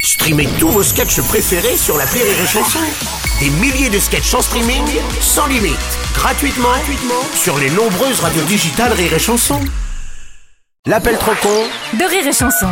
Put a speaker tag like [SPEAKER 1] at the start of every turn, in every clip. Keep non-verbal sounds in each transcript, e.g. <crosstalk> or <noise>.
[SPEAKER 1] Streamez tous vos sketchs préférés sur la Rire et Chanson. Des milliers de sketchs en streaming, sans limite, gratuitement, gratuitement sur les nombreuses radios digitales Rire et Chanson. L'appel trop con
[SPEAKER 2] de rire et chanson.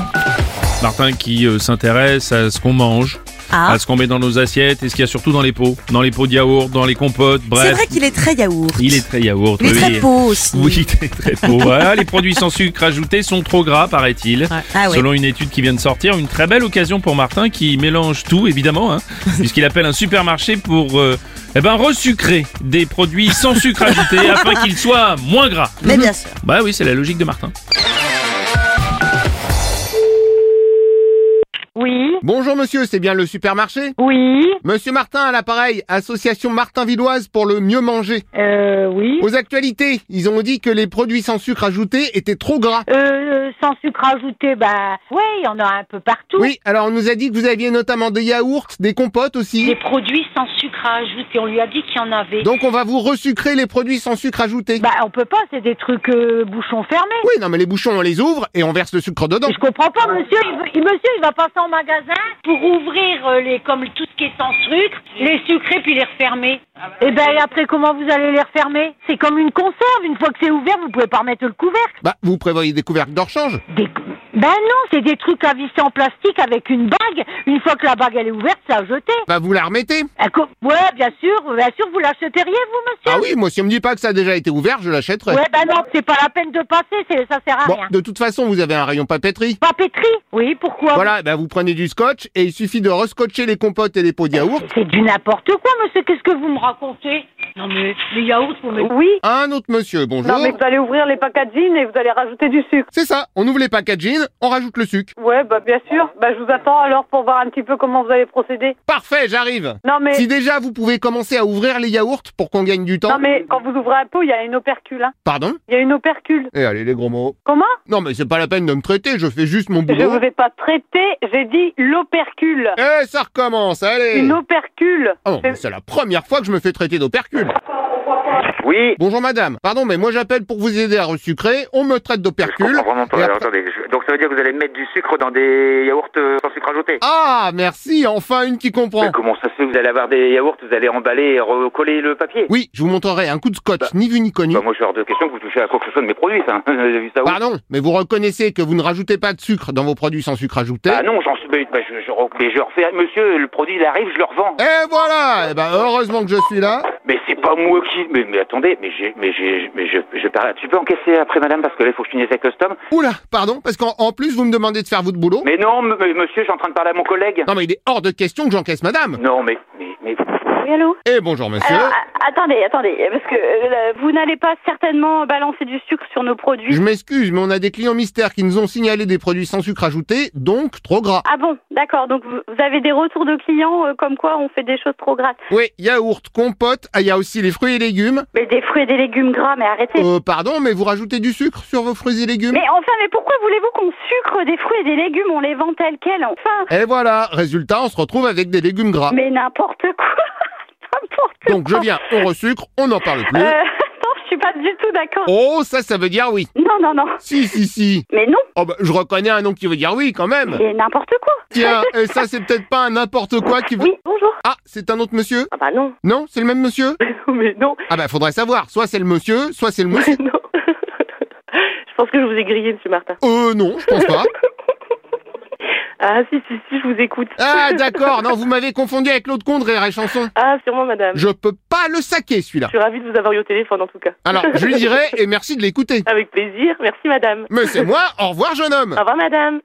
[SPEAKER 3] Martin qui euh, s'intéresse à ce qu'on mange,
[SPEAKER 2] Ah.
[SPEAKER 3] à ce qu'on met dans nos assiettes et ce qu'il y a surtout dans les pots, dans les pots de yaourt, dans les compotes,
[SPEAKER 4] C'est
[SPEAKER 3] bref.
[SPEAKER 4] vrai qu'il est très yaourt.
[SPEAKER 3] Il est très yaourt.
[SPEAKER 4] Mais
[SPEAKER 3] oui.
[SPEAKER 4] très beau aussi.
[SPEAKER 3] Oui, il est très
[SPEAKER 4] <laughs>
[SPEAKER 3] pauvre. Voilà, les produits sans sucre ajouté sont trop gras, paraît-il.
[SPEAKER 4] Ah ouais.
[SPEAKER 3] Selon une étude qui vient de sortir, une très belle occasion pour Martin qui mélange tout,
[SPEAKER 4] <laughs>
[SPEAKER 3] évidemment, hein, puisqu'il appelle un supermarché pour euh, eh ben, resucrer des produits sans sucre ajouté
[SPEAKER 4] <laughs>
[SPEAKER 3] afin qu'ils soient moins gras.
[SPEAKER 4] Mais bien sûr.
[SPEAKER 3] Bah oui, c'est la logique de Martin.
[SPEAKER 5] Oui,
[SPEAKER 6] Bonjour monsieur, c'est bien le supermarché
[SPEAKER 5] oui,
[SPEAKER 6] Monsieur Martin à l'appareil, association Martin-Villoise pour le mieux manger.
[SPEAKER 5] euh, oui.
[SPEAKER 6] Aux actualités, ils ont dit que les produits sans sucre ajouté étaient trop gras.
[SPEAKER 5] Euh, sans sucre ajouté, bah, ouais, il y en a un peu partout.
[SPEAKER 6] Oui, alors on nous a dit que vous aviez notamment des yaourts, des compotes
[SPEAKER 5] Des
[SPEAKER 6] aussi.
[SPEAKER 5] produits sans sucre ajouté, on lui a dit qu'il y en avait.
[SPEAKER 6] Donc on va vous resucrer les produits sans sucre ajouté.
[SPEAKER 5] Bah, on peut pas, c'est des trucs euh, bouchons fermés.
[SPEAKER 6] Oui, non mais les bouchons on les ouvre et on verse le sucre dedans.
[SPEAKER 5] Je comprends pas, monsieur. Il, veut- il- monsieur, il va passer en magasin pour ouvrir euh, les, comme tout ce qui est sans sucre, les sucrés puis les refermer. Et ben et après, comment vous allez les refermer C'est comme une conserve. Une fois que c'est ouvert, vous pouvez pas remettre le couvercle.
[SPEAKER 6] Bah, vous prévoyez des couvercles de rechange
[SPEAKER 5] Des cou- Ben non, c'est des trucs à visser en plastique avec une bague. Une fois que la bague elle est ouverte, c'est à jeter.
[SPEAKER 6] Bah vous la remettez
[SPEAKER 5] Ah, co- Ouais, bien sûr, bien sûr, vous l'acheteriez, vous, monsieur
[SPEAKER 6] Ah oui, moi si on me dit pas que ça a déjà été ouvert, je l'achèterai.
[SPEAKER 5] Ouais, bah non, c'est pas la peine de passer, c'est- ça sert à
[SPEAKER 6] Bon,
[SPEAKER 5] rien.
[SPEAKER 6] de toute façon, vous avez un rayon papeterie.
[SPEAKER 5] Papeterie Oui, pourquoi
[SPEAKER 6] Voilà, bah vous prenez du scotch et il suffit de rescotcher les compotes et les pots de yaourt
[SPEAKER 5] C'est du n'importe quoi, monsieur, qu'est-ce que vous me racontez Non, mais les yaourts, vous mettez...
[SPEAKER 7] Oui.
[SPEAKER 6] Un autre monsieur, bonjour.
[SPEAKER 7] Non, mais vous allez ouvrir les packaging et vous allez rajouter du sucre.
[SPEAKER 6] C'est ça, on ouvre les packaging, on rajoute le sucre.
[SPEAKER 7] Ouais, bah bien sûr. Bah je vous attends alors pour voir un petit peu comment vous allez procéder.
[SPEAKER 6] Parfait, j'arrive.
[SPEAKER 7] Non mais
[SPEAKER 6] Si déjà vous pouvez commencer à ouvrir les yaourts pour qu'on gagne du temps.
[SPEAKER 7] non mais quand vous ouvrez un pot, il y a une opercule. Hein.
[SPEAKER 6] Pardon
[SPEAKER 7] Il y a une opercule.
[SPEAKER 6] Et allez les gros mots.
[SPEAKER 7] Comment
[SPEAKER 6] Non mais c'est pas la peine de me traiter, je fais juste mon
[SPEAKER 7] Je
[SPEAKER 6] boulot.
[SPEAKER 7] vous ai pas traité. J'ai dit l'opercule.
[SPEAKER 6] Eh, ça recommence, allez
[SPEAKER 7] Une opercule.
[SPEAKER 6] Ah bon, mais c'est la première fois que je me fais traiter d'opercule.
[SPEAKER 8] Oui,
[SPEAKER 6] Bonjour madame. Pardon, mais moi j'appelle pour vous aider à resucrer, on me traite
[SPEAKER 8] je
[SPEAKER 6] d'opercule.
[SPEAKER 8] comprends vraiment pas.
[SPEAKER 6] et
[SPEAKER 8] Alors,
[SPEAKER 6] après-
[SPEAKER 8] attendez, je- donc ça veut dire que vous allez mettre du sucre dans des yaourts euh, sans sucre ajouté
[SPEAKER 6] Ah, merci, enfin une qui comprend.
[SPEAKER 8] Mais comment ça se fait que vous allez avoir des yaourts, vous allez emballer et recoller le papier
[SPEAKER 6] Oui, je vous montrerai un coup de scotch,
[SPEAKER 8] Bah-
[SPEAKER 6] ni vu ni connu.
[SPEAKER 8] Bah, Moi, je suis hors de question que vous touchez à quoi que ce soit de mes produits, ça. <laughs> Vous avez vu ça où
[SPEAKER 6] Pardon, mais vous reconnaissez que vous ne rajoutez pas de sucre dans vos produits sans sucre ajouté.
[SPEAKER 8] Ah non, j'en suis... Mais bah, je, je, re- mais je refais... Monsieur, le produit, il arrive, je le revends.
[SPEAKER 6] Et voilà Eh ben, heureusement que je suis là.
[SPEAKER 8] Mais c'est pas moi qui... Mais, mais attendez, mais j'ai... Mais j'ai... Mais je... je parle... Tu peux encaisser après, madame, parce que là, il faut que je finisse avec le stom
[SPEAKER 6] Oula, pardon, parce qu'en en plus, vous me demandez de faire votre boulot.
[SPEAKER 8] Mais non, m- m- monsieur, je suis en train de parler à mon collègue.
[SPEAKER 6] Non, mais il est hors de question que j'encaisse madame.
[SPEAKER 8] Non, mais... Mais... mais...
[SPEAKER 9] Oui, allô
[SPEAKER 6] Et bonjour, monsieur.
[SPEAKER 9] Alors, a- attendez, attendez, parce que euh, là, vous n'allez pas certainement balancer du sucre sur nos produits.
[SPEAKER 6] Je m'excuse, mais on a des clients mystères qui nous ont signalé des produits sans sucre ajouté, donc trop gras.
[SPEAKER 9] Ah bon, d'accord, donc vous, vous avez des retours de clients euh, comme quoi on fait des choses trop grasses.
[SPEAKER 6] Oui, yaourt, compote, ah, il y a aussi les fruits et légumes.
[SPEAKER 9] Mais des fruits et des légumes gras, mais arrêtez.
[SPEAKER 6] Euh, pardon, mais vous rajoutez du sucre sur vos fruits et légumes
[SPEAKER 9] Mais enfin, mais pourquoi voulez-vous qu'on sucre des fruits et des légumes On les vend tels quels, enfin
[SPEAKER 6] Et voilà, résultat, on se retrouve avec des légumes gras.
[SPEAKER 9] Mais n'importe quoi <laughs> N'importe quoi
[SPEAKER 6] Donc je viens, on resucre, on n'en parle plus.
[SPEAKER 9] Euh, non, je suis pas du tout d'accord.
[SPEAKER 6] Oh, ça, ça veut dire oui.
[SPEAKER 9] Non, non, non.
[SPEAKER 6] Si, si, si.
[SPEAKER 9] Mais non,
[SPEAKER 6] Oh, bah, je reconnais un nom qui veut dire oui quand même.
[SPEAKER 9] c'est n'importe quoi.
[SPEAKER 6] Tiens,
[SPEAKER 7] <laughs>
[SPEAKER 6] et ça, c'est peut-être pas un n'importe quoi qui veut.
[SPEAKER 9] Oui, bonjour.
[SPEAKER 6] Ah, c'est un autre monsieur
[SPEAKER 7] Ah bah non. <laughs>
[SPEAKER 6] Non, c'est le même monsieur
[SPEAKER 7] mais non.
[SPEAKER 6] Ah bah faudrait savoir, soit c'est le monsieur, soit c'est le monsieur.
[SPEAKER 7] <laughs> non. je pense que je vous ai grillé, Monsieur Martin.
[SPEAKER 6] Euh non, je pense pas.
[SPEAKER 7] Ah si si si, je vous écoute. <laughs>
[SPEAKER 6] Ah d'accord, non, vous m'avez confondu avec l'autre con de Rire et Chanson.
[SPEAKER 7] Ah sûrement, Madame.
[SPEAKER 6] Je peux pas le saquer celui-là.
[SPEAKER 7] Je suis ravie de vous avoir eu au téléphone en tout cas.
[SPEAKER 6] Alors, je lui
[SPEAKER 7] <laughs>
[SPEAKER 6] dirai et merci de l'écouter.
[SPEAKER 7] Avec plaisir. Merci, Madame.
[SPEAKER 6] Mais c'est moi, au revoir jeune homme.
[SPEAKER 7] Au revoir, Madame.